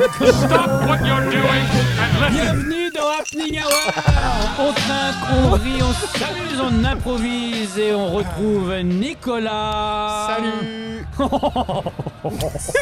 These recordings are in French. Stop what you're doing and listen. Bienvenue dans Happening Hour On trinque, on rit, on s'amuse, on improvise et on retrouve Nicolas Salut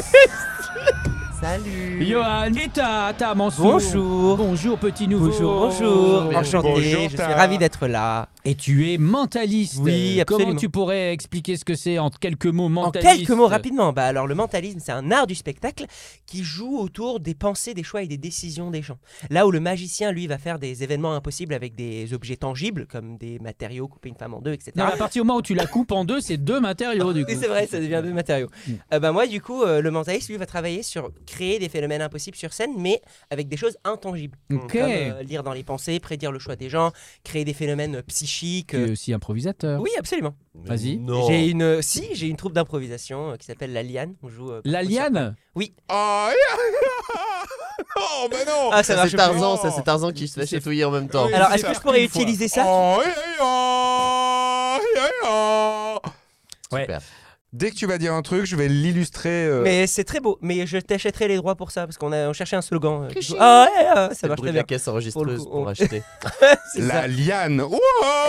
Salut Johan et Tata Mansour Bonjour. Bonjour petit nouveau Bonjour, bonjour Enchanté, Bonjour, je suis Tara. ravi d'être là. Et tu es mentaliste Oui, absolument. Comment tu pourrais expliquer ce que c'est en quelques mots mentaliste En quelques mots rapidement, bah alors le mentalisme, c'est un art du spectacle qui joue autour des pensées, des choix et des décisions des gens. Là où le magicien, lui, va faire des événements impossibles avec des objets tangibles, comme des matériaux, couper une femme en deux, etc. Non, mais à partir du moment où tu la coupes en deux, c'est deux matériaux du coup. Oui, c'est vrai, ça devient deux matériaux. Mm. Euh, bah, moi, du coup, euh, le mentaliste, lui, va travailler sur créer des phénomènes impossibles sur scène, mais avec des choses intangibles. Ok. Comme, euh, lire dans les pensées, prédire le choix des gens, créer des phénomènes euh, psychiques. Tu euh, es aussi improvisateur. Oui, absolument. Vas-y. Non. J'ai une, euh, si, j'ai une troupe d'improvisation euh, qui s'appelle La Liane. On joue. euh, La au- liane Ah, oh, mais non Ah, ça Ça, marche plus. c'est Tarzan, ça c'est Tarzan qui se fait chatouiller en même temps. Oui. Alors, c'est est-ce que ça. je pourrais Une fois. utiliser ça Oh, yeah, yeah, yeah, yeah. Ouais. Super. Dès que tu vas dire un truc, je vais l'illustrer. euh, Mais c'est très beau. Mais je t'achèterai les droits pour ça parce qu'on a on cherchait un slogan. euh, Crichi. ah ouais, ah, C'est ça le marche bruit très de la bien. caisse Pour le enregistreuse coup, oh. pour, on- acheter. C'est la ça. liane. Ouah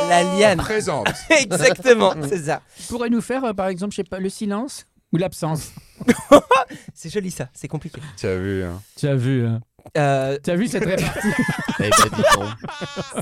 La liane. Présente. Exactement, c'est ça. Tu pourrais nous faire, euh, par exemple, je sais pas, le silence ou l'absence C'est joli ça. C'est compliqué. tu as vu. hein. Tu as vu, hein. Euh, Tu as vu cette répartie Eh ben, dis donc,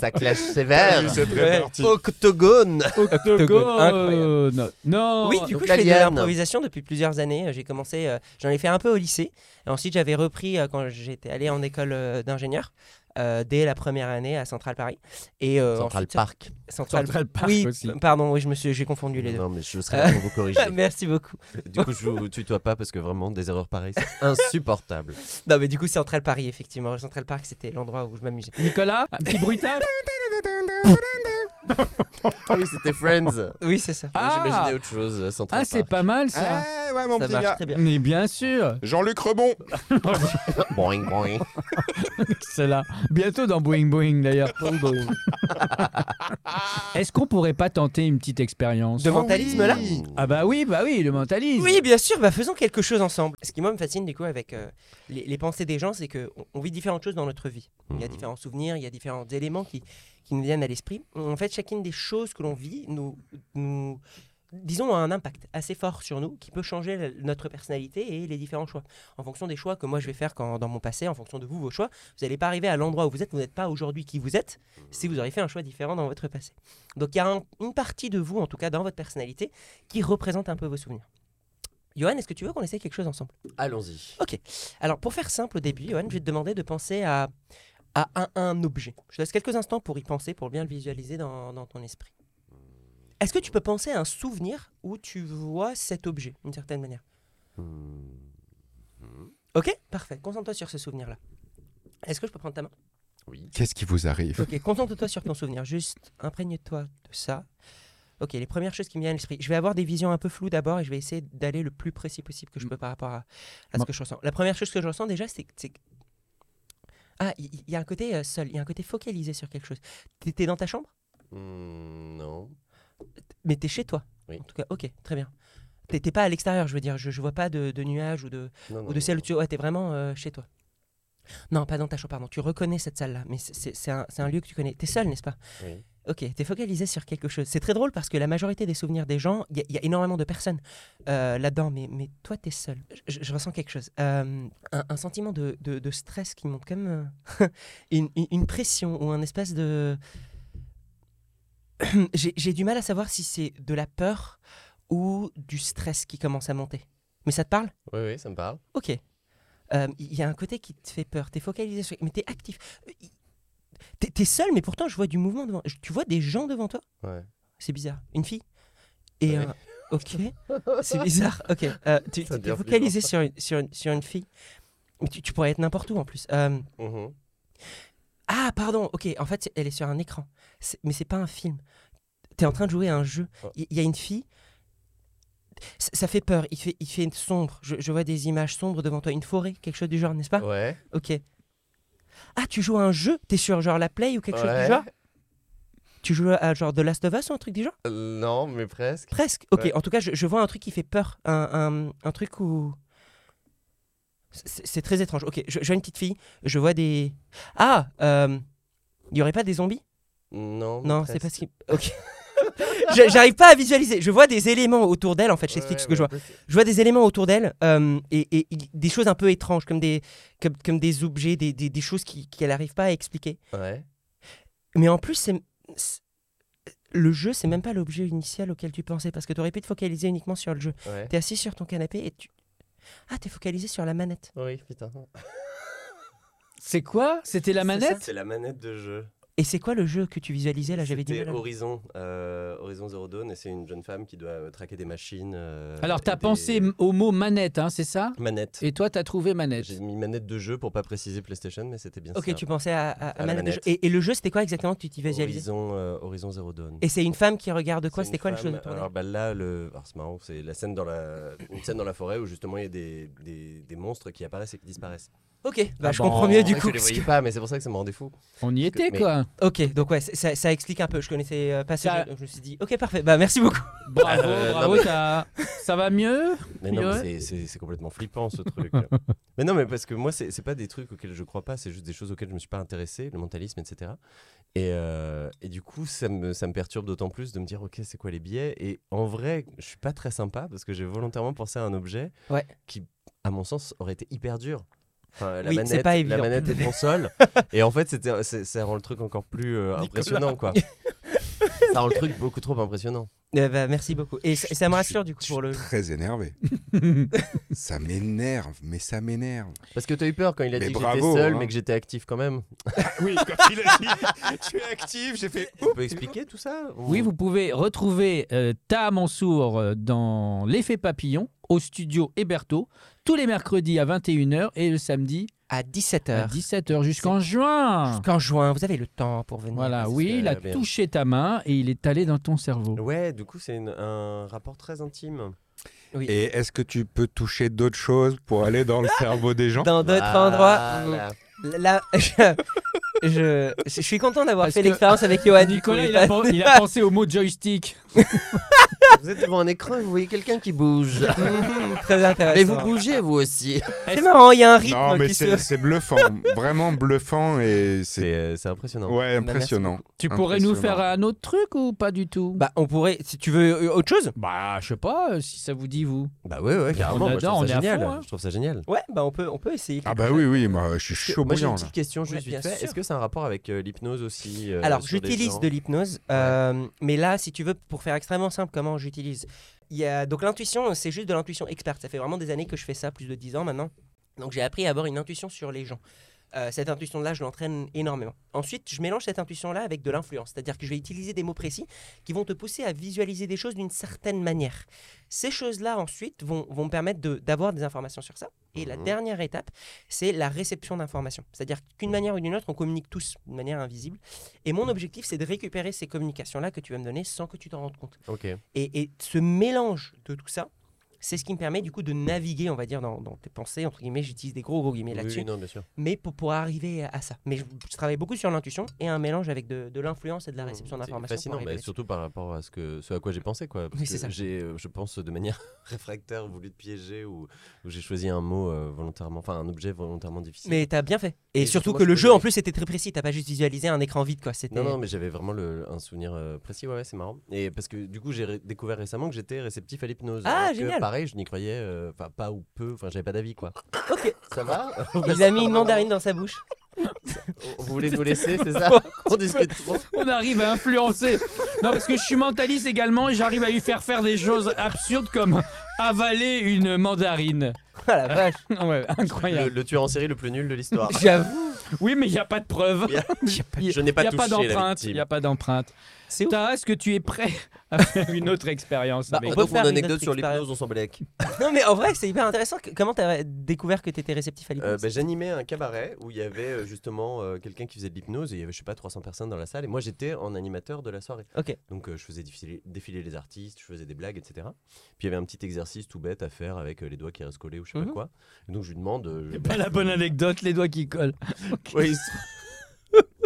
ça clash sévère. T'as vu cette Ah, ouais, répartie Octogone. Octogone. Incroyable. Non. Oui, du donc coup, je la fais de liane. l'improvisation depuis plusieurs années. Euh, J'ai commencé, euh, j'en ai fait un peu au lycée. Et ensuite, j'avais repris euh, quand j'étais allé en école euh, d'ingénieur euh, dès la première année à Central Paris. Et euh, Central ensuite, Park. Central, Central Park oui, aussi. Pardon, oui, je me suis, j'ai confondu les deux. Non mais je serai là pour vous corriger. Merci beaucoup. Du coup je vous tutoie pas parce que vraiment des erreurs pareilles c'est insupportable. Non, mais du coup, Central Paris, effectivement. Central Park, c'était l'endroit où je m'amusais. Nicolas, un petit bruitage Ah oui c'était Friends. Oui, c'est ça. Ah. J'imaginais autre euh, chose. Central Ah, c'est Park. pas mal ça. Ah, ouais, mon Ça petit marche gars. très bien. Mais bien sûr, Oh, Jean-Luc Rebon. Boing boing. c'est là. Bientôt dans Boeing Boeing d'ailleurs. Est-ce qu'on pourrait pas tenter une petite expérience De mentalisme, là Hmm. Ah bah oui, bah oui, le mentalisme. Oui, bien sûr, bah, faisons quelque chose ensemble. Ce qui, moi, me fascine, du coup, avec euh, les, les pensées des gens, c'est qu'on on vit différentes choses dans notre vie. Il y a Mhm. différents souvenirs, il y a différents éléments qui, qui nous viennent à l'esprit. En fait, chacune des choses que l'on vit nous, nous, disons, a un impact assez fort sur nous qui peut changer la- notre personnalité et les différents choix. En fonction des choix que moi je vais faire quand, dans mon passé, en fonction de vous, vos choix, vous n'allez pas arriver à l'endroit où vous êtes, vous n'êtes pas aujourd'hui qui vous êtes si vous aurez fait un choix différent dans votre passé. Donc il y a un- une partie de vous, en tout cas dans votre personnalité, qui représente un peu vos souvenirs. Johan, est-ce que tu veux qu'on essaye quelque chose ensemble Allons-y. alors, pour faire simple au début, Johan, je vais te demander de penser à, à un, un objet. Je te laisse quelques instants pour y penser, pour bien le visualiser dans, dans ton esprit. Est-ce que tu peux penser à un souvenir où tu vois cet objet, d'une certaine manière Ok Parfait. Concentre-toi sur ce souvenir-là. Est-ce que je peux prendre ta main Oui. Qu'est-ce qui vous arrive Ok, concentre-toi sur ton souvenir. Juste imprègne-toi de ça. Ok, les premières choses qui me viennent à l'esprit. Je vais avoir des visions un peu floues d'abord et je vais essayer d'aller le plus précis possible que je peux par rapport à, à ce Bon. que je ressens. La première chose que je ressens déjà, c'est que. c'est que- Ah, il il y, a un côté euh, seul, il y a un côté focalisé sur quelque chose. T'es t'es dans ta chambre, Hmm, non. mais t'es chez toi. Oui. En tout cas, ok, très bien. T'es t'es pas à l'extérieur, je veux dire. Je, je vois pas de, de nuages ou de, Non, non, ou de ciel où non. tu. Ouais, t'es vraiment euh, chez toi. Non, pas dans ta chambre, pardon. Tu reconnais cette salle-là, mais c'est- c'est c'est un, c'est un lieu que tu connais. T'es seul, n'est-ce pas Oui. Ok, t'es focalisé sur quelque chose. C'est très drôle parce que la majorité des souvenirs des gens, il y, a- il y a énormément de personnes euh, là-dedans, mais, mais toi, t'es seul. Je, je- je ressens quelque chose. Euh, un, un sentiment de, de- de stress qui monte comme euh, une, une- une pression ou un espèce de... J'ai j'ai du mal à savoir si c'est de la peur ou du stress qui commence à monter. Mais ça te parle Oui oui ça me parle. Ok. Euh, Il y a un côté qui te fait peur. T'es focalisé sur... Mais t'es actif. Euh, il- T'es t'es seul, mais pourtant, je vois du mouvement devant... je- Tu vois des gens devant toi Ouais. c'est bizarre. Une fille Et Ouais. un- Ok. C'est bizarre. Ok. Euh, tu tu Ça t'es devient focalisé sur une, sur, une, sur une fille. Mais Tu, tu pourrais être n'importe où en plus. Euh, Mhm. Ah, pardon. Ok. En fait, elle est sur un écran. C'est- Mais c'est pas un film. T'es en train de jouer à un jeu. Oh. Il il y, a une fille. C- Ça fait peur. Il fait, il fait sombre. Je, je vois des images sombres devant toi. Une forêt, quelque chose du genre, n'est-ce pas Ouais. Ok. Ah, tu joues à un jeu T'es sur genre la play ou quelque chose Ouais. du genre Tu joues à genre The Last of Us ou un truc du genre Euh, Non mais presque. Presque. Ok, Ouais. en tout cas, je, je vois un truc qui fait peur. Un, un- un truc où. C'est c'est très étrange. Ok, je, je vois une petite fille, je vois des. Ah euh, Il y aurait pas des zombies Non. Non, c'est pas ce qui. Ok. Je- J'arrive pas à visualiser. Je vois des éléments autour d'elle, en fait. Je t'explique ce que je vois. Je vois des éléments autour d'elle euh, et, et- et des choses un peu étranges, comme des, comme, comme des objets, des, des- des choses qui- qu'elle n'arrive pas à expliquer. Ouais. Mais en plus, c'est. c'est- Le jeu, c'est même pas l'objet initial auquel tu pensais, parce que tu aurais pu te focaliser uniquement sur le jeu. Ouais. T'es assis sur ton canapé et tu. Ah, t'es focalisé sur la manette. Oui, putain. Ah. C'est quoi C'était la manette C'est la manette de jeu. Et c'est quoi le jeu que tu visualisais Ah, là J'avais dit. C'était mal. Horizon, euh, Horizon Zero Dawn, et c'est une jeune femme qui doit euh, traquer des machines. euh, Alors, et t'as des- pensé m- au mot manette, hein, c'est ça manette. Et toi, t'as trouvé manette. J'ai mis manette de jeu pour pas préciser PlayStation, mais c'était bien ça. Ok, tu pensais à, à- à la manette de jeu. manette. Et, et le jeu, c'était quoi exactement que tu t'y visualisais Horizon, euh, Horizon Zero Dawn. Et c'est une femme qui regarde quoi C'est C'était une quoi le femme- jeu de tournée Alors bah, là, le... alors, c'est marrant, c'est la scène dans la... une scène dans la forêt où justement il y a des, des, des monstres qui apparaissent et qui disparaissent. Ok, bah, Ah je bon, comprends mieux du Je coup. les parce voyais pas, mais c'est pour ça que ça me rendait fou. On y était, mais- quoi. que- Ok, donc ouais, c'est- ça, ça explique un peu. Je connaissais euh, pas ce Ça- jeu, donc je me suis dit, ok, parfait. Bah merci beaucoup. Bravo, Euh, non, bravo, mais- t'as- ça va mieux Mais non, Ouais. mais c'est- c'est c'est complètement flippant ce truc. mais non, mais parce que moi, c'est c'est pas des trucs auxquels je crois pas, c'est juste des choses auxquelles je me suis pas intéressé, le mentalisme, etc. Et, euh, et du coup, ça me, ça me perturbe d'autant plus de me dire, ok, c'est quoi les billets Et en vrai, je suis pas très sympa parce que j'ai volontairement pensé à un objet Ouais. qui, à mon sens, aurait été hyper dur. Enfin, la Oui, c'est manette, pas la évident. manette et le console. et en fait, c'était- c'est- ça rend le truc encore plus euh, impressionnant, quoi. ça rend le truc beaucoup trop impressionnant. Euh, bah merci beaucoup. Et, ça- et ça me Je- rassure du coup je suis pour le. Très énervé. ça m'énerve, mais ça m'énerve. Parce que t'as eu peur quand il a Mais dit que bravo, j'étais seul, hein. mais que j'étais actif quand même. Oui, quand il a dit tu es active, j'ai fait Tu peux expliquer tout ça Oui, vous pouvez retrouver euh, Ta Mansour euh, dans L'effet papillon au studio Héberto tous les mercredis à 21h et le samedi À à 17h. 17h jusqu'en juin. Jusqu'en juin, vous avez le temps pour venir. Voilà, parce oui, que il a la merde. touché ta main et il est allé dans ton cerveau. Ouais, du coup, c'est une- un rapport très intime. Et est-ce que tu peux toucher d'autres choses pour aller dans le cerveau des gens Dans d'autres endroits. mm, Voilà. Là, je, je, je suis content d'avoir Parce fait que- l'expérience avec Johan. du coup, Nicolas, et il a, pas- pen- il a pensé au mot joystick. Vous êtes devant un écran et vous voyez quelqu'un qui bouge. Très intéressant. Et vous bougez, vous aussi. C'est marrant, il y a un rythme Non, mais qui se. c'est c'est bluffant, vraiment bluffant et c'est C'est euh, c'est impressionnant. ouais merci impressionnant. Tu pourrais nous faire Impressionnant. un autre truc ou pas du tout Bah, on pourrait, si tu veux, euh, autre chose Bah, je sais pas euh, si ça vous dit, vous. Bah ouais, ouais, carrément. On moi, je adore, trouve on est ça à génial. fond, hein. Je trouve ça génial. Ouais, bah on peut, on peut essayer. Ah quelque bah chose. oui oui, moi je suis chaud moi, j'ai une bouillant petite là. question Ouais, juste bien vite fait. sûr. Est-ce que c'est un rapport avec euh, l'hypnose aussi euh, Alors, sur des j'utilise gens de l'hypnose, euh, mais là, si tu veux, pour faire extrêmement simple, comment j'utilise Il y a donc l'intuition, c'est juste de l'intuition experte. Ça fait vraiment des années que je fais ça, plus de 10 ans maintenant. Donc, j'ai appris à avoir une intuition sur les gens. Euh, cette intuition-là, je l'entraîne énormément. Ensuite, je mélange cette intuition-là avec de l'influence, c'est-à-dire que je vais utiliser des mots précis qui vont te pousser à visualiser des choses d'une certaine manière. Ces choses-là, ensuite, vont, vont me permettre de- d'avoir des informations sur ça. Et la Mhm. dernière étape, c'est la réception d'informations. C'est-à-dire Mhm. qu'une manière ou d'une autre, on communique tous d'une manière invisible. Et mon objectif, c'est de récupérer ces communications-là que tu vas me donner sans que tu t'en rendes compte. Ok. Et, et ce mélange de tout ça, c'est ce qui me permet du coup de naviguer, on va dire, dans, dans tes pensées, entre guillemets, j'utilise des gros gros guillemets Oui, là-dessus, oui, non, bien sûr. mais pour, pour arriver à ça. Mais je, je travaille beaucoup sur l'intuition et un mélange avec de, de l'influence et de la réception Mmh, C'est d'informations. pour Fascinant, arriver mais là-dessus. surtout par rapport à ce, que, ce à quoi j'ai pensé. Quoi, parce Oui, c'est que ça. J'ai, euh, je pense, de manière réfractaire, voulu te piéger ou, ou j'ai choisi un mot euh, volontairement, enfin un objet volontairement difficile. Mais t'as bien fait. Et, Et justement, surtout je que le suis jeu en désolé. plus était très précis, t'as pas juste visualisé un écran vide quoi. C'était. Non, non, mais j'avais vraiment le- un souvenir euh, précis, ouais, ouais, c'est marrant. Et parce que du coup, j'ai ré- découvert récemment que j'étais réceptif à l'hypnose. Ah, alors que, génial. Pareil, je n'y croyais, euh, enfin, pas ou peu, enfin, j'avais pas d'avis, quoi. Ok. Ça va Il a mis une mandarine dans sa bouche. Vous voulez nous laisser, c'est ça On discute trop. On arrive à influencer. Non, parce que je suis mentaliste également et j'arrive à lui faire faire des choses absurdes comme avaler une mandarine. Ah la vache. Ouais, Le, incroyable. le tueur en série le plus nul de l'histoire. J'avoue. Oui, mais il n'y a pas de preuve. Il y a- Il- Je n'ai pas il y a pas touché la d'empreinte. victime. Il n'y a pas d'empreinte. C'est ouf. Tara, est-ce que tu es prêt à faire une autre expérience Bah, avec- On peut peut faire faire une une anecdote autre sur l'hypnose, expérience. on s'en balèque. Non mais en vrai c'est hyper intéressant. Que- Comment t'as découvert que t'étais réceptif à l'hypnose Euh, bah, J'animais un cabaret où il y avait euh, justement euh, quelqu'un qui faisait de l'hypnose et il y avait, je sais pas, 300 personnes dans la salle. Et moi, j'étais en animateur de la soirée. Ok. Donc, euh, je faisais défiler, défiler les artistes, je faisais des blagues, etc. Puis il y avait un petit exercice tout bête à faire avec euh, les doigts qui restent collés ou je sais Mhm. pas quoi. Et donc, je lui demande. euh, je- Pas la bonne anecdote, les doigts qui collent. Ouais, il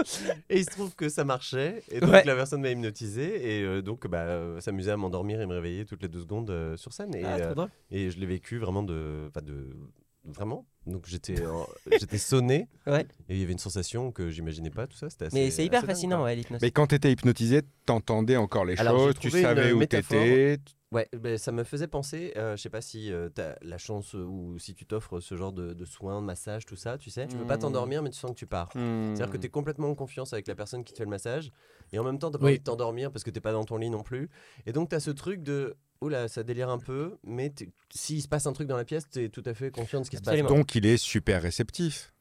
se- et il se trouve que ça marchait. Et donc, Ouais. la personne m'a hypnotisé. Et euh, donc, bah, euh, s'amusait à m'endormir et me réveiller toutes les deux secondes euh, sur scène. Et, Ah, euh, trop drôle. et je l'ai vécu vraiment de, enfin, de, Vraiment Donc j'étais en- j'étais sonné. Ouais. Et il y avait une sensation que j'imaginais pas, tout ça. C'était assez- Mais c'est hyper assez euh, dingue, fascinant, quoi. ouais, l'hypnose. Mais quand t'étais hypnotisé, t'entendais encore les Alors, j'ai choses, tu trouvé une savais où métaphore. t'étais. Ouais, ben, ça me faisait penser, euh, je sais pas si euh, t'as la chance euh, ou si tu t'offres ce genre de, de soins, de massage, tout ça, tu sais, tu peux pas Hmm. Mm. t'endormir mais tu sens que tu pars. Hmm. C'est-à-dire que tu es complètement en confiance avec la personne qui te fait le massage et en même temps t'as pas Oui. envie de t'endormir parce que t'es pas dans ton lit non plus. Et donc t'as ce truc de, oula, ça délire un peu, mais t'es- s'il se passe un truc dans la pièce, t'es tout à fait confiant de ce qui se passe. Absolument. Donc il est super réceptif.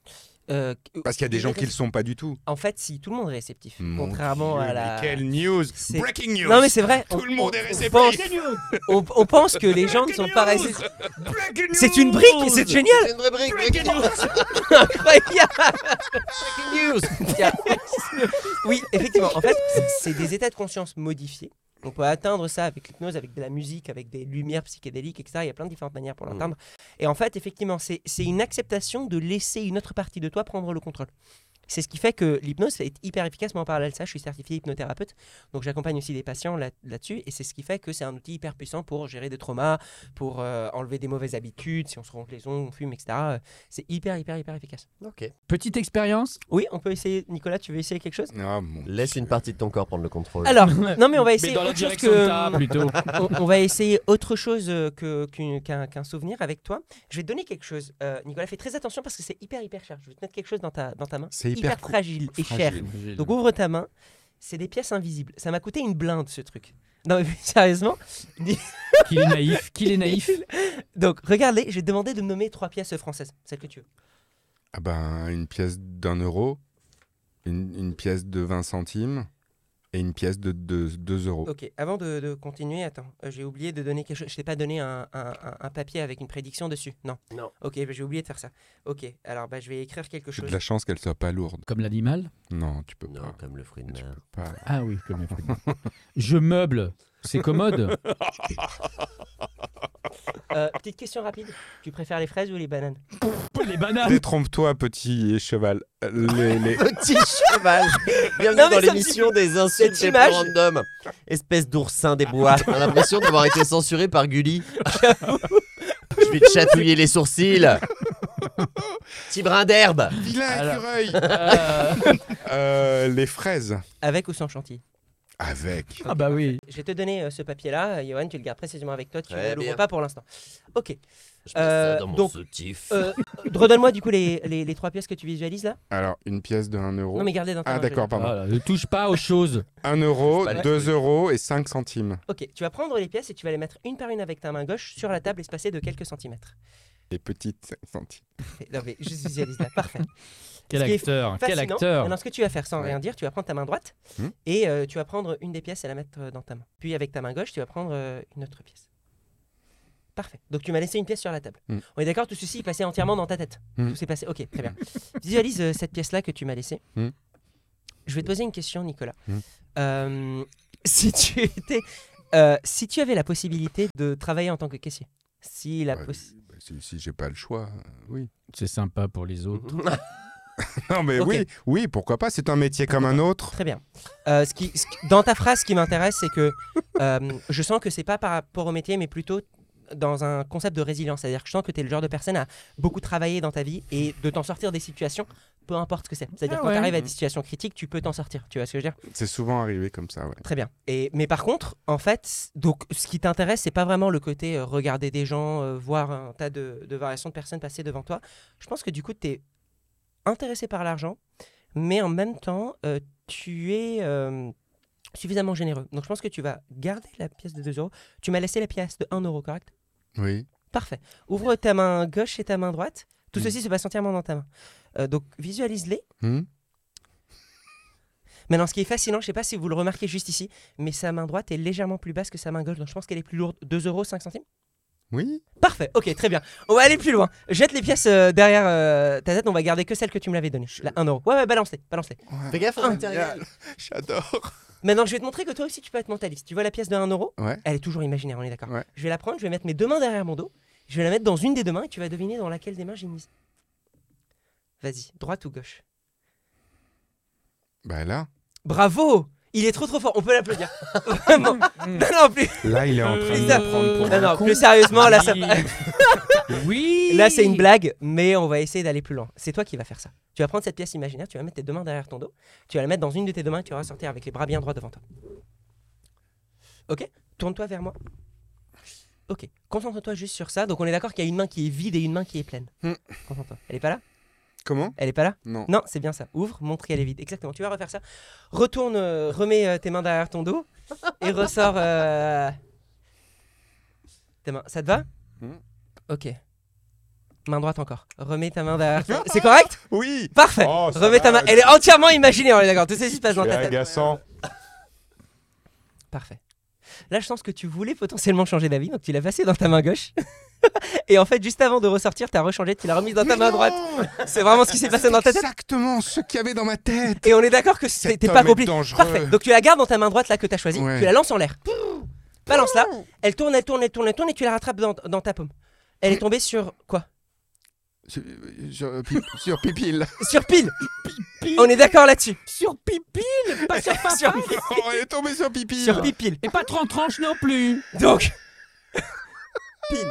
Euh, Parce qu'il y a des gens qui le sont pas du tout. En fait, si tout le monde est réceptif, Mon contrairement Dieu, à la. mais Quelle news C'est- Breaking news Non mais c'est vrai. Tout on- le monde est on- réceptif. On pense, on, on pense que les gens ne sont pas réceptifs. Breaking C'est news une brique, c'est génial. C'est une vraie brique, breaking Incroyable. news Oui, effectivement. En fait, c'est des états de conscience modifiés. On peut atteindre ça avec l'hypnose, avec de la musique, avec des lumières psychédéliques, etc. Il y a plein de différentes manières pour Mm. l'atteindre. Et en fait, effectivement, c'est c'est une acceptation de laisser une autre partie de toi prendre le contrôle. C'est ce qui fait que l'hypnose est hyper efficace. Moi, en parallèle de ça, je suis certifié hypnothérapeute. Donc, j'accompagne aussi des patients là- là-dessus. et c'est ce qui fait que c'est un outil hyper puissant pour gérer des traumas, pour euh, enlever des mauvaises habitudes, si on se ronge les ongles, on fume, etc. Euh, C'est hyper, hyper, hyper efficace. Ok. Petite expérience. Oui, on peut essayer. Nicolas, tu veux essayer quelque chose Ah, mon Laisse une partie de ton corps prendre le contrôle. Alors, non, mais on va essayer dans la autre chose direction de ta, que. Oh, plutôt. on, on va essayer autre chose euh, que- qu'une- qu'un qu'un souvenir avec toi. Je vais te donner quelque chose. Euh, Nicolas, fais très attention parce que c'est hyper, hyper cher. Je vais te mettre quelque chose dans ta, dans ta main. C'est hyper cou- fragile et fragile. cher. Donc ouvre ta main. C'est des pièces invisibles. Ça m'a coûté une blinde, ce truc. Non, mais sérieusement. Qu'il est naïf, qu'il est naïf. Donc, regardez, je vais te demander de me nommer trois pièces françaises, celles que tu veux. Ah ben, une pièce d'un euro, une, une pièce de 20 centimes et une pièce de 2 euros. Ok, avant de, de continuer, attends, euh, j'ai oublié de donner quelque chose. Je t'ai pas donné un, un- un- un papier avec une prédiction dessus, non Non. Ok, bah, j'ai oublié de faire ça. Ok, alors bah, je vais écrire quelque J'ai chose. de la chance qu'elle soit pas lourde. Comme l'animal. Non, tu peux Non, pas. comme le fruit de Tu mer. peux pas. Ah oui, comme l'animal. Je meuble. C'est commode. Euh, petite question rapide. Tu préfères les fraises ou les bananes Les Ah. bananes. Détrompe-toi, petit cheval. Euh, Les, les- Petit cheval Bienvenue Non, mais ça dans me l'émission des insultes Cette les image. plus random. Espèce d'oursin des bois. J'ai l'impression d'avoir été censuré par Gulli. Je vais te chatouiller les sourcils. Petit brin d'herbe. Vilain Alors- écureuil Euh, Euh, Les fraises. Avec ou sans chantilly Avec. Ah bah oui. Je vais te donner euh, ce papier-là, euh, Johan, tu le gardes précisément avec toi, tu Très ne l'ouvres bien. pas pour l'instant. Ok, Je mets ça dans mon donc, soutif. euh, redonne-moi du coup les, les- les trois pièces que tu visualises là. Alors, une pièce de 1 euro. Non mais gardez dans ta Ah main, je veux d'accord, dire. pardon. Voilà, ne touche pas aux choses. 1 euro, pas les 2 trucs. euros et 5 centimes. Ok, tu vas prendre les pièces et tu vas les mettre une par une avec ta main gauche sur la table espacée de quelques centimètres. Les petites 5 centimes. Parfait. Non mais je visualise là, parfait. Quel Ce qui est acteur, quel Fascinant. acteur. Maintenant, ce que tu vas faire sans Ouais. rien dire, tu vas prendre ta main droite Hmm. et euh, tu vas prendre une des pièces et la mettre euh, dans ta main. Puis avec ta main gauche, tu vas prendre euh, une autre pièce. Parfait. Donc tu m'as laissé une pièce sur la table. Hmm. On est d'accord, tout ceci est passé entièrement dans ta tête. Hmm. Tout s'est passé. Ok, très bien. Visualise euh, cette pièce-là que tu m'as laissée. Hmm. Je vais te poser une question, Nicolas. Hmm. Euh, si tu étais, euh, si tu avais la possibilité de travailler en tant que caissier, si la Ouais, possi- Bah, Si, si j'ai pas le choix, euh, oui. C'est sympa pour les autres. Non mais Ok. oui, oui, pourquoi pas, c'est un métier comme un autre. Très bien. Euh, ce qui, ce qui- dans ta phrase, ce qui m'intéresse, c'est que euh, je sens que c'est pas par rapport au métier, mais plutôt dans un concept de résilience. C'est-à-dire que je sens que tu es le genre de personne à beaucoup travailler dans ta vie et de t'en sortir des situations, peu importe ce que c'est. C'est-à-dire Ah quand ouais. tu arrives à des situations critiques, tu peux t'en sortir. Tu vois ce que je veux dire C'est souvent arrivé comme ça, ouais. Très bien. Et, mais par contre, en fait, c- donc, ce qui t'intéresse, c'est pas vraiment le côté euh, regarder des gens, euh, voir un tas de, de variations de personnes passer devant toi. Je pense que du coup, tu es intéressé par l'argent, mais en même temps, euh, tu es euh, suffisamment généreux. Donc je pense que tu vas garder la pièce de 2 euros. Tu m'as laissé la pièce de 1 euro, correct Oui. Parfait. Ouvre ta main gauche et ta main droite. Tout Mm. ceci se passe entièrement dans ta main. Euh, donc visualise-les. Hmm Maintenant, ce qui est fascinant, je sais pas si vous le remarquez juste ici, mais sa main droite est légèrement plus basse que sa main gauche, donc je pense qu'elle est plus lourde. 2 euros 5 centimes oui Parfait, ok, très bien. On va aller plus loin. Jette les pièces euh, derrière euh, ta tête, on va garder que celles que tu me l'avais données. La 1 euro. Ouais, ouais, balance-les, balance-les. Fais gaffe hein. Ah, à l'intérieur. Génial. J'adore. Maintenant, je vais te montrer que toi aussi, tu peux être mentaliste. Tu vois la pièce de 1 euro Ouais. Elle est toujours imaginaire, on est d'accord. Ouais. Je vais la prendre, je vais mettre mes deux mains derrière mon dos, je vais la mettre dans une des deux mains et tu vas deviner dans laquelle des mains j'ai mise. Vas-y, droite ou gauche Bah là, Bravo Il est trop trop fort, on peut l'applaudir. Vraiment. Non, non, plus. Là, il est en train de ça. me prendre pour. Non, un non, con. plus sérieusement, là, ça... Oui. là c'est une blague, mais on va essayer d'aller plus loin. C'est toi qui vas faire ça. Tu vas prendre cette pièce imaginaire, tu vas mettre tes deux mains derrière ton dos, tu vas la mettre dans une de tes deux mains et tu vas sortir avec les bras bien droits devant toi. Ok Tourne-toi vers moi. Ok, concentre-toi juste sur ça. Donc on est d'accord qu'il y a une main qui est vide et une main qui est pleine. Hmm. Concentre-toi. Elle est pas là Comment Elle est pas là Non. non, c'est bien ça. Ouvre, montre qu'elle est vide. Exactement. Tu vas refaire ça. Retourne, euh, remets euh, tes mains derrière ton dos et ressors euh, tes mains. Ça te va Mm. Ok. Main droite encore. Remets ta main derrière. ton- c'est correct Oui Parfait. Oh, ça remets ta va, main. Elle est entièrement imaginée. On est d'accord. Tout ce qui se passe dans C'est ta tête. agaçant. Parfait. Là, je sens que tu voulais potentiellement changer d'avis, donc tu l'as passé dans ta main gauche. et en fait, juste avant de ressortir, tu as rechangé, tu l'as remise dans ta main droite. C'est vraiment ce qui s'est passé dans ta tête. Exactement ce qu'il y avait dans ma tête Et on est d'accord que c'était Cet pas homme est compliqué. dangereux. Parfait. Donc tu la gardes dans ta main droite là que t'as choisie, Ouais. tu la lances en l'air. Balance là. Elle tourne, elle tourne, elle tourne, elle tourne et tu la rattrapes dans, dans ta paume. Elle est tombée sur quoi Sur, euh, sur, pi- sur Pipil. Sur pile. On est d'accord là-dessus. Sur pipile, pas sur papa. Sur, Oh, elle est tombée sur Pipil. sur pile. Et pas 30 tranches non plus. Donc pile.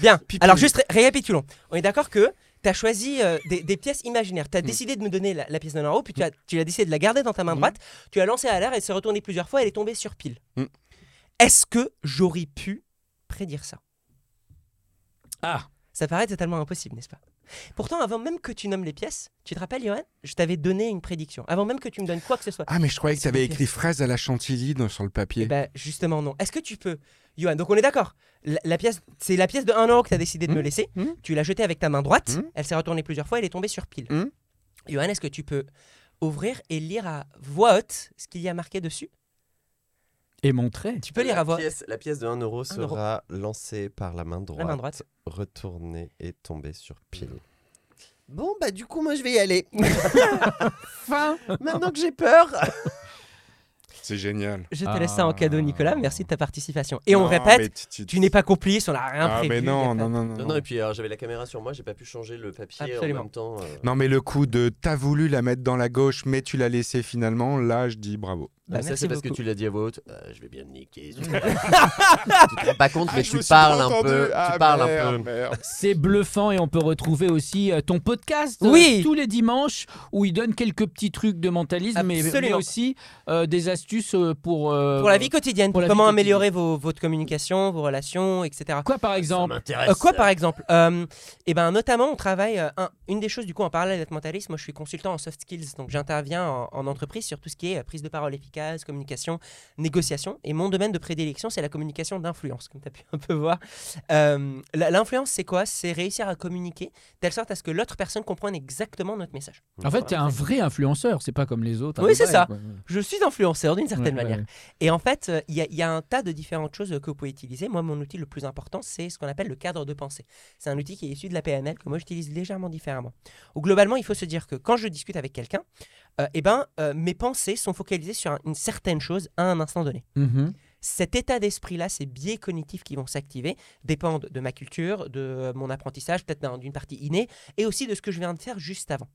Bien. Pipile. Alors juste ré- récapitulons. On est d'accord que t'as choisi euh, des, des pièces imaginaires. T'as décidé de me donner la, la pièce d'un euro, puis tu as, tu as décidé de la garder dans ta main Mm. droite. Tu l'as lancée à l'air, elle s'est retournée plusieurs fois, elle est tombée sur pile. Mm. Est-ce que j'aurais pu prédire ça Ah, Ça paraît totalement impossible, n'est-ce pas Pourtant, avant même que tu nommes les pièces, tu te rappelles, Johan Je t'avais donné une prédiction. Avant même que tu me donnes quoi que ce soit. Ah, mais je croyais que tu avais S'il te plaît. écrit fraise à la chantilly dans- sur le Eh papier. ben, justement, non. Est-ce que tu peux, Johan Donc, on est d'accord. La, la pièce, c'est la pièce de 1 euro que tu as décidé de me Mmh, laisser. mmh. Tu l'as jetée avec ta main droite. Mmh. Elle s'est retournée plusieurs fois. Elle est tombée sur pile. Mmh. Johan, est-ce que tu peux ouvrir et lire à voix haute ce qu'il y a marqué dessus et montrer. Tu peux lire à la voix pièce, la pièce de 1 euro sera lancée par la main droite, La main droite. retournée et tombée sur pile. Bon, bah du coup, moi, je vais y aller. Fin. Maintenant que j'ai peur. C'est génial. Je te laisse ça en Ah. cadeau, Nicolas. Merci de ta participation. Et on Non, répète, mais tu- tu n'es pas complice, on n'a rien Ah, prévu. mais y a non, pas- non, non, non. Non, non, et puis alors, j'avais la caméra sur moi, j'ai pas pu changer le papier Absolument. en même temps. euh. Non, mais le coup de t'as voulu la mettre dans la gauche, mais tu l'as laissée finalement, là, je dis bravo. Bah, Bah, ça, merci c'est parce que beaucoup. tu l'as dit à voix haute. Euh, je vais bien te niquer. tu te rends pas Ah, compte, mais tu parles un peu. tu parles un peu. C'est bluffant et on peut retrouver aussi euh, ton podcast euh, Oui. tous les dimanches où il donne quelques petits trucs de mentalisme mais, Absolument. mais aussi euh, des astuces euh, pour euh, Pour la vie quotidienne, pour la comment vie améliorer vos- votre communication, vos relations, etc. Quoi par Ça exemple m'intéresse. Euh, quoi par exemple Euh, Eh ben notamment on travaille euh, un- une des choses du coup en parallèle d'être mentaliste. Moi je suis consultant en soft skills donc j'interviens en, en entreprise sur tout ce qui est euh, prise de parole efficace, communication, négociation et mon domaine de prédilection c'est la communication d'influence comme tu as pu un peu voir. Euh, la- L'influence c'est quoi C'est réussir à communiquer telle sorte à ce que l'autre personne comprenne exactement notre message. En fait, t'es un vrai influenceur, c'est pas comme les autres. Oui, à c'est Dubaï, ça. quoi. Ouais, Je suis influenceur d'une certaine ouais. manière. Et en fait, euh, il y, a- il y a un tas de différentes choses euh, que vous pouvez utiliser. Moi, mon outil le plus important, c'est ce qu'on appelle le cadre de pensée. C'est un outil qui est issu de la PNL que moi j'utilise légèrement différemment. Où globalement, il faut se dire que quand je discute avec quelqu'un, euh, eh ben, euh, mes pensées sont focalisées sur un- une certaine chose à un instant donné. Mhm. Cet état d'esprit-là, ces biais cognitifs qui vont s'activer, dépendent de ma culture, de euh, mon apprentissage, peut-être d'un- d'une partie innée, et aussi de ce que je viens de faire juste avant.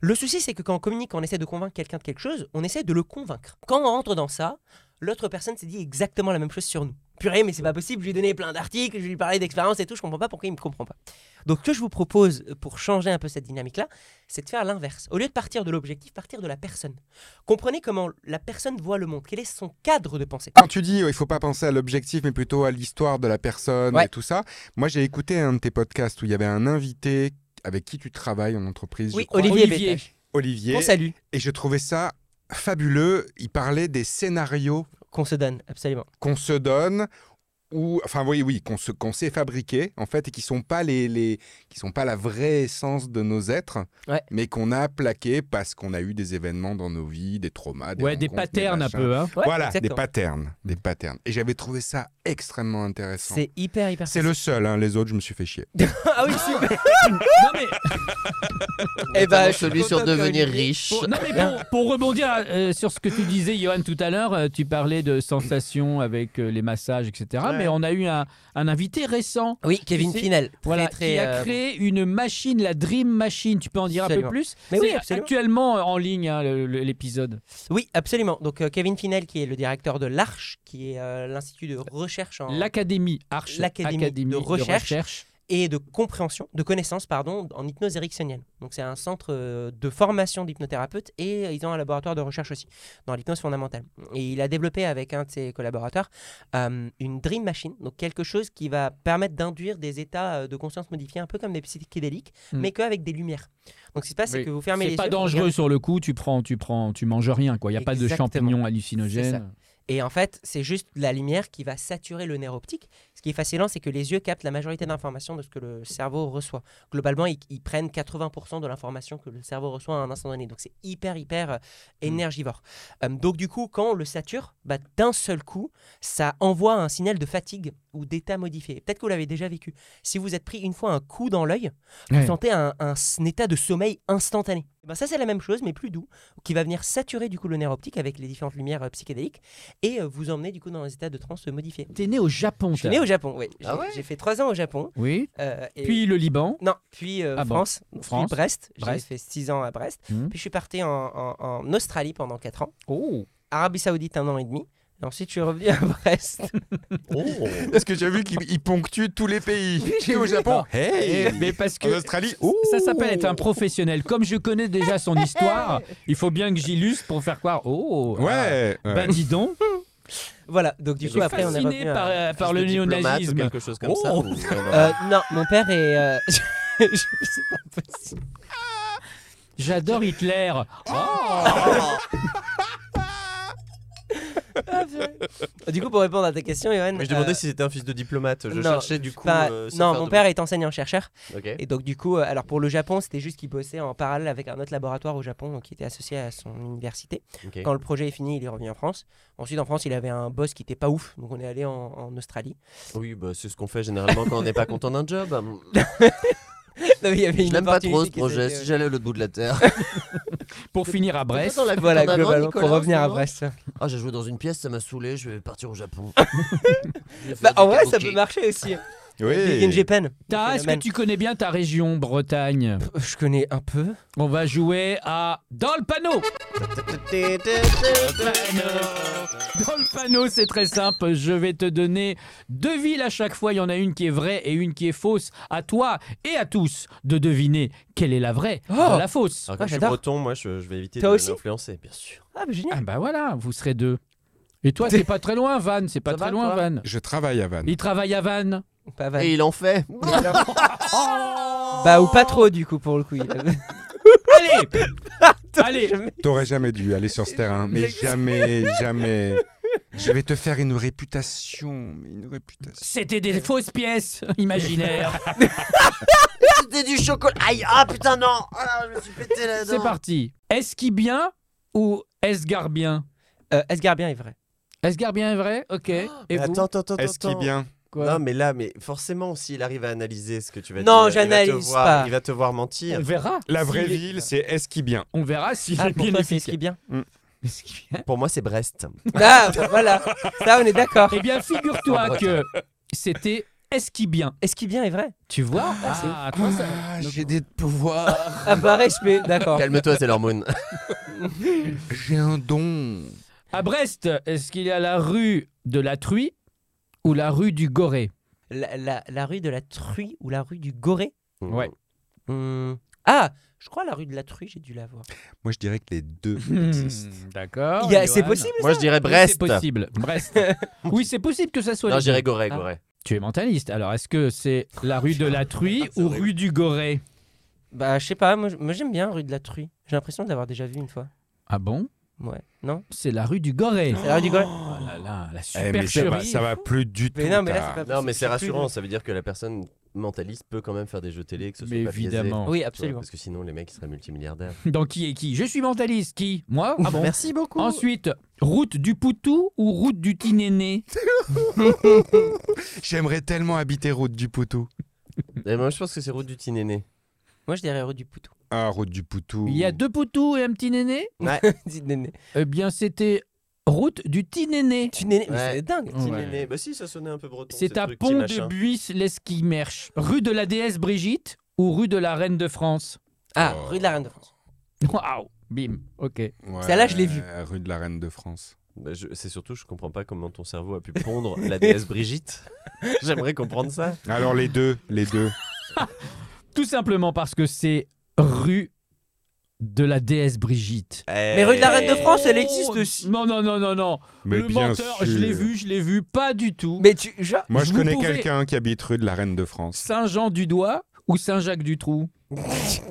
Le souci, c'est que quand on communique, on essaie de convaincre quelqu'un de quelque chose, on essaie de le convaincre. Quand on rentre dans ça, l'autre personne s'est dit exactement la même chose sur nous. Purée, mais c'est pas possible, je lui ai donné plein d'articles, je lui ai parlé d'expérience et tout, je comprends pas pourquoi il me comprend pas. Donc, ce que je vous propose pour changer un peu cette dynamique-là, c'est de faire l'inverse. Au lieu de partir de l'objectif, partir de la personne. Comprenez comment la personne voit le monde, quel est son cadre de pensée. Quand tu dis, euh, il faut pas penser à l'objectif, mais plutôt à l'histoire de la personne Ouais. et tout ça, moi j'ai écouté un de tes podcasts où il y avait un invité avec qui tu travailles en entreprise, Oui, je crois, Olivier, Olivier. Bétage. Olivier, On salue. et je trouvais ça fabuleux. Il parlait des scénarios Qu'on se donne, absolument. qu'on se donne ou enfin oui oui qu'on se qu'on s'est fabriqué en fait et qui sont pas les, les qui sont pas la vraie essence de nos êtres Ouais. mais qu'on a plaqué parce qu'on a eu des événements dans nos vies des traumas des, Ouais, des rencontres, patterns un machins. peu. hein. Ouais, voilà exactement. des patterns des patterns et j'avais trouvé ça extrêmement intéressant C'est hyper, hyper. c'est le seul hein, les autres je me suis fait chier ah oui, super. Non mais, Eh Notamment ben, celui celui sur devenir riche. pour, non, mais pour- pour reboondir euh, sur ce que tu disais, Johan, tout à l'heure, euh, tu parlais de sensations avec euh, les massages, etc. Ouais, mais on a eu un, un invité récent. Oui, Kevin sais, Finel. Très, Voilà, très, qui a euh, créé une machine, la Dream Machine. Tu peux en dire un Absolument. peu plus Mais oui, C'est absolument. actuellement en ligne hein, le- le- l'épisode. Oui, absolument. Donc euh, Kevin Finel, qui est le directeur de l'Arche, qui est euh, l'institut de recherche en- L'Académie Arche, Oh. L'Académie Académie de recherche. et de compréhension, de connaissance, pardon, en hypnose ericksonienne. Donc c'est un centre euh, de formation d'hypnothérapeutes et euh, ils ont un laboratoire de recherche aussi dans l'hypnose fondamentale. Et il a développé avec un de ses collaborateurs euh, une dream machine, donc quelque chose qui va permettre d'induire des états euh, de conscience modifiés, un peu comme des psychédéliques, Hmm. mais qu'avec des lumières. Donc ce qui se passe, c'est Oui. que vous fermez les C'est pas yeux, vous dangereux sur le coup. Tu prends, tu prends, tu manges rien quoi. Il y a pas de Exactement. champignons C'est hallucinogènes. Et en fait, c'est juste la lumière qui va saturer le nerf optique. Ce qui est fascinant, c'est que les yeux captent la majorité d'informations de ce que le cerveau reçoit. Globalement, ils, ils prennent 80% de l'information que le cerveau reçoit à un instant donné. Donc c'est hyper, hyper euh, énergivore. Euh, donc du coup, quand on le sature, bah, d'un seul coup, ça envoie un signal de fatigue ou d'état modifié. Peut-être que vous l'avez déjà vécu. Si vous êtes pris une fois un coup dans l'œil, vous Ouais. sentez un, un s- un état de sommeil instantané. Eh ben ça, c'est la même chose, mais plus doux, qui va venir saturer du coup le nerf optique avec les différentes lumières euh, psychédéliques et euh, vous emmener du coup dans un état de transe modifié. T'es né au Japon. Je suis toi. né au Japon, oui. J'ai Ah ouais j'ai fait trois ans au Japon. Oui. euh, et- Puis le Liban. Non, puis euh, Ah bon. France, France. puis Brest. J'ai Brest. fait six ans à Brest. Mhm. Puis je suis parti en, en- en Australie pendant quatre ans. Oh. Arabie Saoudite un an et demi. Et ensuite, je suis revenu à Brest. Parce que j'ai vu qu'il il ponctue tous les pays. Oui, j'ai Et au vu. Japon, Eh, hey Ah, mais parce En que Australie, ça s'appelle être un professionnel. Comme je connais déjà son histoire, il faut bien que j'illustre pour faire croire. Oh. ah, ouais. ouais. Bah dis donc. voilà, donc du Je coup, suis après, on est fasciné revenu à- par, euh, par le ou néonazisme. quelque chose comme ça. Oh. ou vraiment- Euh, non, mon père est... euh, je- c'est pas possible. J'adore Hitler. Ah Oh, Ah, Du coup, pour répondre à ta question, Johan. Mais je demandais euh, si c'était un fils de diplomate. Je non, cherchais du coup. pas- euh, sans non, faire mon de- père est enseignant-chercheur. Ok. Et donc, du coup, euh, alors pour le Japon, c'était juste qu'il bossait en parallèle avec un autre laboratoire au Japon donc, qui était associé à son université. ok. Quand le projet est fini, il est revenu en France. Ensuite, en France, il avait un boss qui était pas ouf. Donc, on est allé en, en Australie. Oui, bah, c'est ce qu'on fait généralement quand on n'est pas content d'un job. Non, mais il y Je avait une n'aime pas trop opportunité ce qui euh, projet. s'était- Si j'allais à l'autre bout de la terre. Pour finir à Brest. Dans la fuite Voilà, en avant, globalement, Nicolas, pour en revenir ce à moment. Brest. Ah, j'ai joué dans une pièce, ça m'a saoulé, je vais partir au Japon. Bah, en vrai, ça peut marcher aussi. Big in Oui. Japan. Tara, est-ce que Phénomène. tu connais bien ta région, Bretagne Euh, Je connais un peu. On va jouer à Dans le panneau Dans le panneau, c'est très simple. Je vais te donner deux villes à chaque fois. Il y en a une qui est vraie et une qui est fausse. À toi et à tous de deviner quelle est la vraie Oh dans la fausse. Alors, Ah, comme je suis j'adore. breton, moi, je, je vais éviter Toi de aussi l'influencer, bien sûr. Ah, bah, génial. Ah bah voilà, vous serez deux. Et toi, t'es pas très loin, Van. C'est pas Ça très va, loin, toi Van. Je travaille à Vannes. Il travaille à Van. Ah, Pas mal. Et il en fait. Bah, ou pas trop, du coup, pour le coup. il avait- Allez Allez T'aurais jamais dû aller sur ce terrain, mais jamais, jamais. Je vais te faire une réputation, mais une réputation. C'était des fausses pièces imaginaires. C'était du chocolat. Aïe, ah putain, non. Ah, je me suis pété la C'est dent. parti. Est-ce qui bien ou est-ce garbien Euh, Esgarbien est vrai. Est-ce garbien est vrai Ok. Et Mais vous attends, attends, attends. Est-ce qu'il attends. bien Quoi Non, mais là, mais forcément, s'il arrive à analyser ce que tu vas Non, dire, il va te j'analyse voir- pas. Il va te voir mentir. On verra. La vraie S'il est- ville, c'est est-ce qu'il bien On verra si Ah, est pour bien toi, c'est efficace. ce qui est bien. Est-ce qu'il vient Pour moi, c'est Brest. Ah, bah, voilà. Ça, on est d'accord. Eh bien, figure-toi que c'était est-ce qui bien Est-ce qu'il bien est vrai Tu vois c'est Ah, toi, ça- J'ai des pouvoirs. Ah, pareil, je peux- D'accord. Calme-toi, c'est l'hormone. J'ai un don. À Brest, est-ce qu'il y a la rue de la Truie ou la rue du Gorée La, la- la rue de la Truie ou la rue du Gorée Ouais. Hmm. Ah, je crois la rue de la Truie, j'ai dû la voir. Moi, je dirais que les deux existent. Hmm, D'accord. Il y a- C'est Johan. possible Moi, je dirais Oui, Brest. C'est possible. Brest. oui, c'est possible que ça soit. Non, les je dirais deux. Gorée, Ah. Gorée. Tu es mentaliste. Alors, est-ce que c'est la rue de la Truie ou rue du Gorée Bah, je sais pas, moi, je- moi, j'aime bien rue de la Truie. J'ai l'impression de l'avoir déjà vue une fois. Ah bon Ouais, non C'est la rue du Gorée. C'est la rue du Gorée Oh là là, la Eh, mais ça va, supercherie. ça va plus du tout. Mais non, mais là, t'as- c'est pas possible. Non, mais c'est Je sais plus rassurant. Ça veut dire que la personne mentaliste peut quand même faire des jeux télé, que ce soit Mais pas biaisé, évidemment. le- Oui, tu vois, absolument. Parce que sinon, les mecs ils seraient multimilliardaires. Donc qui est qui Je suis mentaliste. Qui Moi Ah bon Merci beaucoup. Ensuite, route du Poutou ou route du Tinéné J'aimerais tellement habiter Route du Poutou. Et moi, je pense que c'est route du Tinéné. Moi, je dirais rue du Poutou. Ah, Route du Poutou. Il y a deux Poutous et un petit Néné Dis, néné. Eh bien, c'était route du Tinéné. Tu n'es mais Ouais. c'est dingue. Petit Ouais. néné. Bah si, ça sonnait un peu breton. C'est ces à trucs, petits Pont de machins. Buis-l'Esquimerche. Rue de la déesse Brigitte ou rue de la reine de France Ah, Oh. rue de la Reine de France. Waouh Bim, ok. Ouais, Celle-là, je l'ai vue. euh, Rue de la Reine de France. Bah, je- C'est surtout, je comprends pas comment ton cerveau a pu pondre la déesse Brigitte. J'aimerais comprendre ça. Alors les deux, les deux. Tout simplement parce que c'est rue de la déesse Brigitte. Mais rue de la Reine Eh, de France, elle existe Oh, aussi. Non, non, non, non, non. Mais le bien menteur, sûr. je l'ai vu, je l'ai vu, pas du tout. Mais tu, genre, Moi, Je je, vous connais pouvez- quelqu'un qui habite rue de la Reine de France. Saint-Jean-du-Doigt ou Saint-Jacques-du-Trou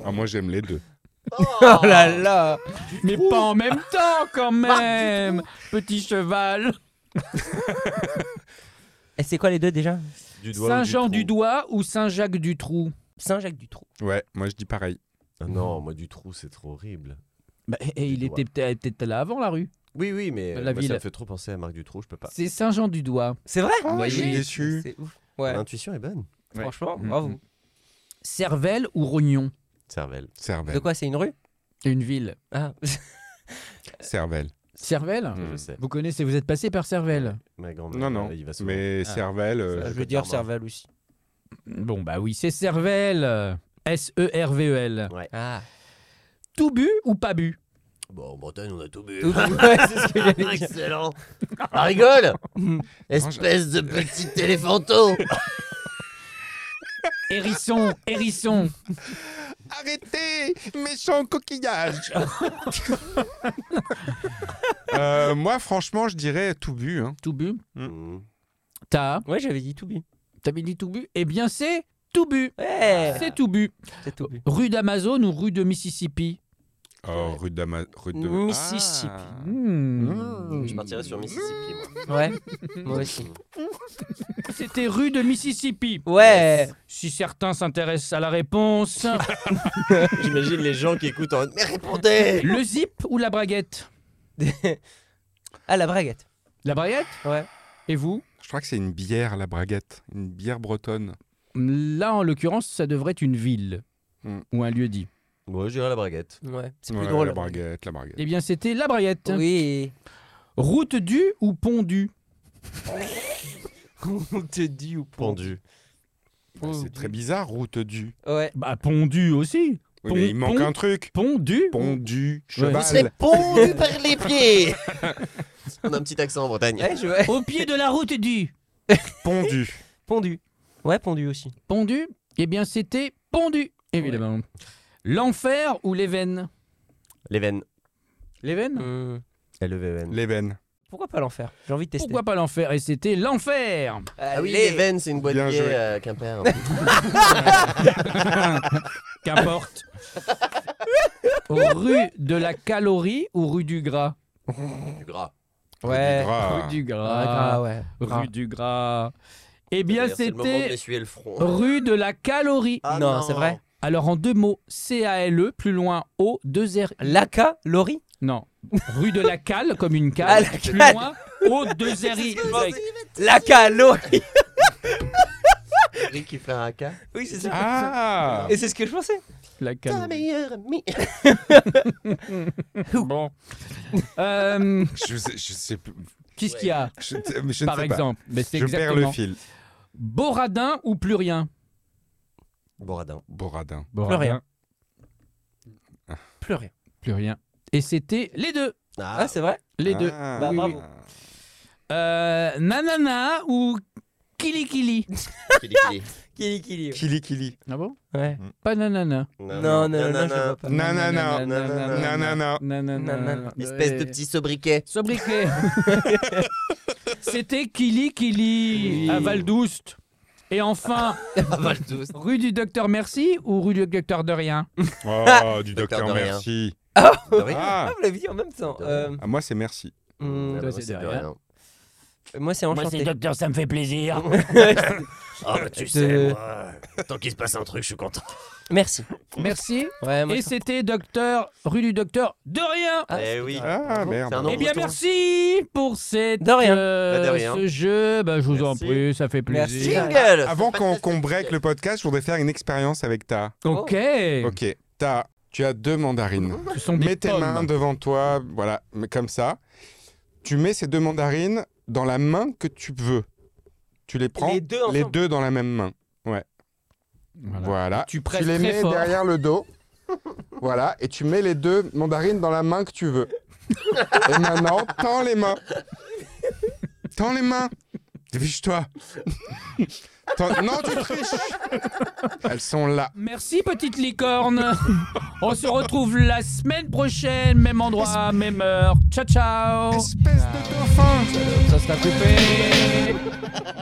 Ah, moi, j'aime les deux. oh là là. Mais pas en même temps, quand même Petit cheval Et c'est quoi les deux déjà Du doigt ou du trou Saint-Jean-du-Doigt ou Saint-Jacques-du-Trou Saint-Jacques-du-Trou. Ouais, moi, je dis pareil. Ah non, moi du trou, c'est trop horrible. Bah, et il Du était peut-être peut-être là avant la rue. Oui, oui, mais La euh, moi, ville. ça me fait trop penser à Marc Dutroux, je peux pas. Bah. C'est Saint-Jean-du-Doigt. C'est vrai Ah, je suis Oui. déçu. C'est ouf. Ouais. L'intuition est bonne. Ouais. Franchement, Mhm. bravo. Cervelle ou Rognon Cervelle. Cervelle. De quoi c'est une rue Une ville. Ah. Cervelle. Cervelle Ça, Je Hmm. sais. Vous connaissez, vous êtes passé par Cervelle. Ma grand-mère. Non, non. euh, Il va souvent. Mais Ah. cervelle. euh, Ça, je veux Côte dire d'Armor. Serval aussi. Bon, bah oui, c'est euh, Cervelle. E S-E-R-V-E-L. Ah. Tout bu ou pas bu Bon, en Bretagne, on a tout bu. ouais, c'est ce que j'allais dire. Excellent. Ah, rigole Mhm. Espèce de petit éléphanto Hérisson, hérisson. Arrêtez, méchant coquillage Euh, Moi, franchement, je dirais tout bu. hein. Tout bu Mmh. T'as Ouais, j'avais dit tout bu. T'avais dit tout bu Eh bien, c'est tout bu. Ouais. C'est tout bu. C'est tout bu. Rue d'Amazon ou rue de Mississippi Oh, rue, d'Ama- rue de... Mississippi. Ah. Hmm. Je partirais sur Mississippi, moi. Ouais. Moi aussi. C'était rue de Mississippi. Ouais. Si certains s'intéressent à la réponse, J'imagine les gens qui écoutent en mode, Mais Répondez le zip ou la braguette ah, la braguette. La braguette Ouais. Et vous Je crois que c'est une bière, la braguette. Une bière bretonne. Là, en l'occurrence, ça devrait être une ville Hmm. ou un lieu dit. Moi, je dirais la braguette. Ouais. C'est plus Ouais, drôle. La braguette, la braguette. Eh bien, c'était la braguette. Oui. Route du ou pont du On te dit ou Pendu. Bah, Oh, c'est Dieu. très bizarre, route du. Ouais. Bah, pont du aussi. Oui, Pon- mais il manque pon- un truc. Pont du Pont du Vous serez cheval. pendu par les pieds On a un petit accent en Bretagne. Ouais, je... ouais. Au pied de la route du Pont du. Pondu. Ouais, pondu aussi. Pont du Eh bien, c'était pondu, évidemment. L'enfer ou Euh, l'Éven Leven. L'Éven Hmm. Leven. Les veines. Pourquoi pas l'enfer J'ai envie de tester. Pourquoi pas l'enfer Et c'était l'enfer Ah oui, Leven, c'est une boîte Bien gay joué. à Quimper. Qu'importe. rue de la calorie ou rue du gras du gras. Ouais. Gras. Rue du gras. Ah, gras, ouais. Gras. Rue du gras. Eh bien, D'ailleurs, c'est le moment de c'était m'essuyer le front. rue de la calorie. Ah non, c'est vrai. Alors, en deux mots, C-A-L-E, E, plus loin, O, deux R. Laka, Lori. Non. Rue de la cale, comme une Ah, cale. la plus cale. loin, O, deux R, Y. Laka, Lori. Eric qui fait un haka. Oui, c'est ça. Ah Et c'est ce que je pensais. La Ta calorie. meilleure amie Bon. Euh, Je sais, je sais plus. Qu'est-ce qu'il y a, Je, mais je ne par sais exemple Mais pas. c'est Je perds le exactement. fil. Boradin ou plus rien Boradin. Boradin. Boradin. rien. Plus rien. Plus rien. Et c'était les deux. Ah, c'est vrai Les deux. Ah. Bah, Oui, oui. bravo. Euh, nanana ou Kili Kili Kili kili. Kili, Kili. Kili Kili. Ah bon Ouais. Pas nanana. Non, non, non, je vois pas. Nanana. Nanana. Nanana. Nanana. Espèce de Ouais. petit sobriquet Sobriquet. C'était Kili Kili Oui. à Val-d'Oust. Et enfin, Ah, bah, rue du Docteur Merci ou rue du Docteur de Rien Oh, du Docteur docteur de rien. Merci. De rien. bah, Ah, Ah, vous l'avez dit en même temps. Euh, Ah, moi, c'est merci. hmm, Ah, Toi, bah, c'est c'est de de rien. rien. moi, c'est enchanté. Docteur, ça me fait plaisir. Ah bah tu De- sais, moi, tant qu'il se passe un truc, je suis content. Merci. Merci. Ah, Ouais, moi, Et ça- c'était Docteur, rue du Docteur de Rien. Ah, Eh c'est- oui. Ah, merde. C'est un nom Eh bien, breton. merci pour cette, De rien. euh, Bah, de rien. ce jeu. Bah, je vous en Merci. prie, ça fait Merci. plaisir. Jingle Avant qu'on qu'on break le podcast, je voudrais faire une expérience avec Ta. Ok. Oh. Ok, Ta, tu as deux mandarines. Ce sont des Mets tes pommes. mains devant toi, voilà, mais comme ça. tu mets ces deux mandarines dans la main que tu veux. Tu les prends, Les deux ensemble. les deux dans la même main. Voilà. Voilà. Tu presses les très mets fort. derrière le dos. voilà. Et tu mets les deux mandarines dans la main que tu veux. et maintenant, tends les mains. Tends les mains. Dépêche-toi. Tends- non, tu triches. Elles sont là. Merci petite licorne. On se retrouve la semaine prochaine, même endroit, même heure. Ciao ciao. Espèce de dauphin. Ça sera coupé.